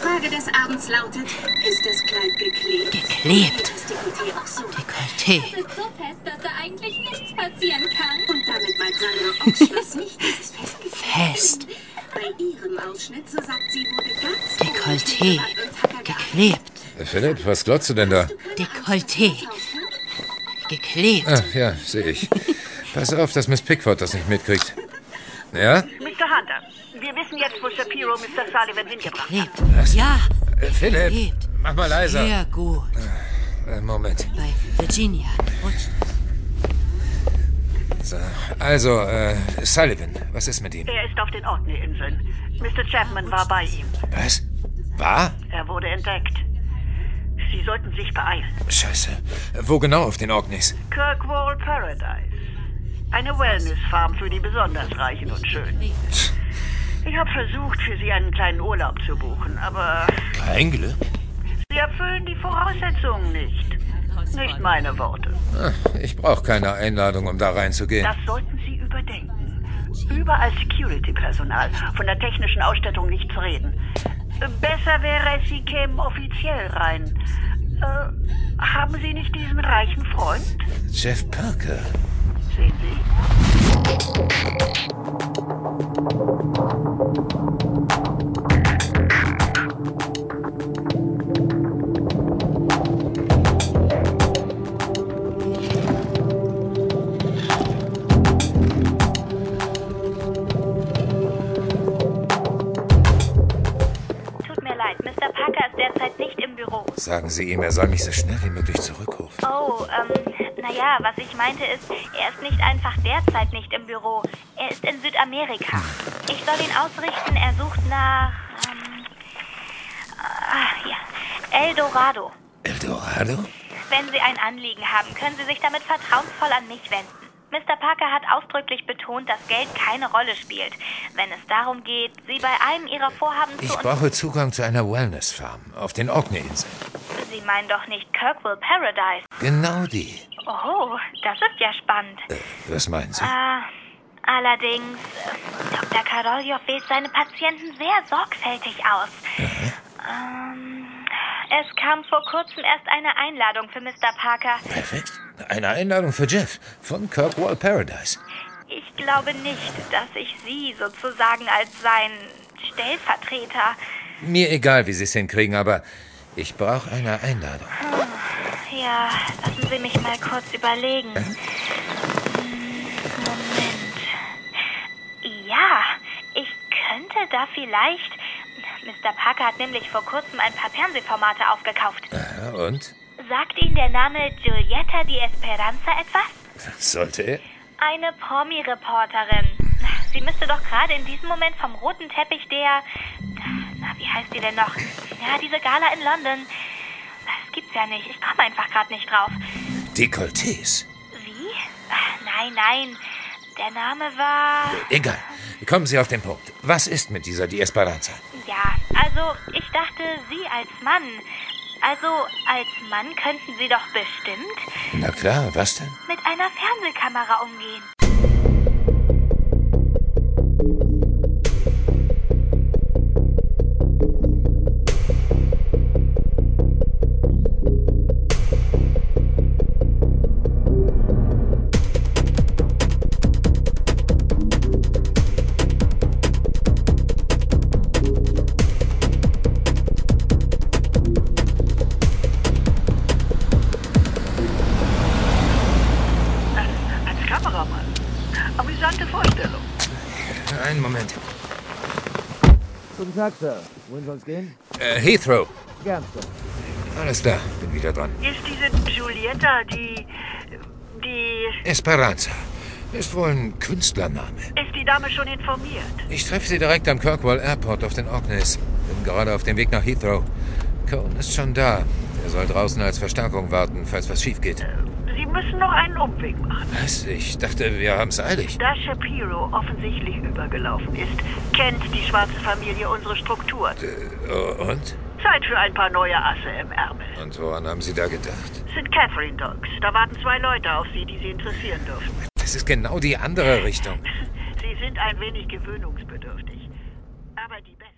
Frage des Abends lautet, ist das Kleid geklebt? Geklebt. Geht das Dekolleté auch so? Dekolleté. Es ist so fest, dass da eigentlich nichts passieren kann. Und damit meint Sandra Ausschluss nicht, dass es festgeklebt Fest. ist. Bei ihrem Ausschnitt, so sagt sie, wurde ganz Dekolleté. Geklebt. Äh, Philipp, was glotzt du denn da? Dekolleté. Geklebt. Ah, ja, sehe ich. Pass auf, dass Miss Pickford das nicht mitkriegt. Ja? Mr. Hunter, wir wissen jetzt, wo Shapiro Mr. Sullivan hingebracht hat. Geklebt. Ja. Äh, Philipp, Geklebt. mach mal leiser. Sehr gut. Äh, Moment. Bei Virginia. Rutscht. So. Also, äh, Sullivan, was ist mit ihm? Er ist auf den Orkney-Inseln. Mr. Chapman war bei ihm. Was? War? Er wurde entdeckt. Sie sollten sich beeilen. Scheiße. Wo genau auf den Orkneys? Kirkwall Paradise. Eine Wellness-Farm für die besonders Reichen und Schönen. Ich habe versucht, für Sie einen kleinen Urlaub zu buchen, aber Kein Glück. Sie erfüllen die Voraussetzungen nicht. Nicht meine Worte. Ah, Ich brauche keine Einladung, um da reinzugehen. Das sollten Sie überdenken. Überall Security-Personal, von der technischen Ausstattung nicht zu reden. Äh, Besser wäre es, Sie kämen offiziell rein. Äh, haben Sie nicht diesen reichen Freund? Jeff Parker. Sehen Sie? Tut mir leid, Mr. Parker ist derzeit nicht im Büro. Sagen Sie ihm, er soll mich so schnell wie möglich zurückrufen. Oh, ähm, naja, was ich meinte ist, er ist nicht einfach derzeit nicht im Büro. Er ist in Südamerika. Ich soll ihn ausrichten, er sucht nach. Ähm, ah, ja, El Dorado. Eldorado? Wenn Sie ein Anliegen haben, können Sie sich damit vertrauensvoll an mich wenden. Mr. Parker hat ausdrücklich betont, dass Geld keine Rolle spielt, wenn es darum geht, Sie bei einem Ihrer Vorhaben zu Ich unter- brauche Zugang zu einer Wellness-Farm auf den Orkney-Inseln. Sie meinen doch nicht Kirkwall Paradise. Genau die. Oh, das ist ja spannend. Was meinen Sie? Ah, allerdings, äh, Dr. Karoljow wählt seine Patienten sehr sorgfältig aus. Ähm, es kam vor kurzem erst eine Einladung für Mr. Parker. Perfekt. Eine Einladung für Jeff von Kirkwall Paradise. Ich glaube nicht, dass ich Sie sozusagen als sein Stellvertreter. Mir egal, wie Sie es hinkriegen, aber ich brauche eine Einladung. Ja, lassen Sie mich mal kurz überlegen. Hm, Moment. Ja, ich könnte da vielleicht. Mr. Parker hat nämlich vor kurzem ein paar Fernsehformate aufgekauft. Aha, und? Sagt Ihnen der Name Giulietta di Esperanza etwas? Sollte er? Eine Promi-Reporterin. Sie müsste doch gerade in diesem Moment vom roten Teppich der. Na, wie heißt die denn noch? Ja, diese Gala in London. Das gibt's ja nicht. Ich komme einfach gerade nicht drauf. Dekolletés. Wie? Ach, Nein, nein. Der Name war. Egal. Kommen Sie auf den Punkt. Was ist mit dieser Di Esperanza? Ja, also ich dachte, Sie als Mann. Also als Mann könnten Sie doch bestimmt Na klar, was denn? mit einer Fernsehkamera umgehen. Als Kameramann. Amüsante Vorstellung. Einen Moment. Guten Tag, Sir. Wohin soll's gehen? Äh, Heathrow. Gern, Sir. Alles klar, bin wieder dran. Ist diese Giulietta die. die. Esperanza. Ist wohl ein Künstlername. ist die Dame schon informiert? Ich treffe sie direkt am Kirkwall Airport auf den Orkneys. Bin gerade auf dem Weg nach Heathrow. Cohen ist schon da. Er soll draußen als Verstärkung warten, falls was schief geht. Sie müssen noch einen Umweg machen. Was? Ich dachte, wir haben's eilig. Da Shapiro offensichtlich übergelaufen ist, kennt die schwarze Familie unsere Struktur. Äh, Und? Zeit für ein paar neue Asse im Ärmel. Und woran haben Sie da gedacht? St. Catherine Dogs. Da warten zwei Leute auf Sie, die Sie interessieren dürfen. Das ist genau die andere Richtung. Sie sind ein wenig gewöhnungsbedürftig. Aber die besten.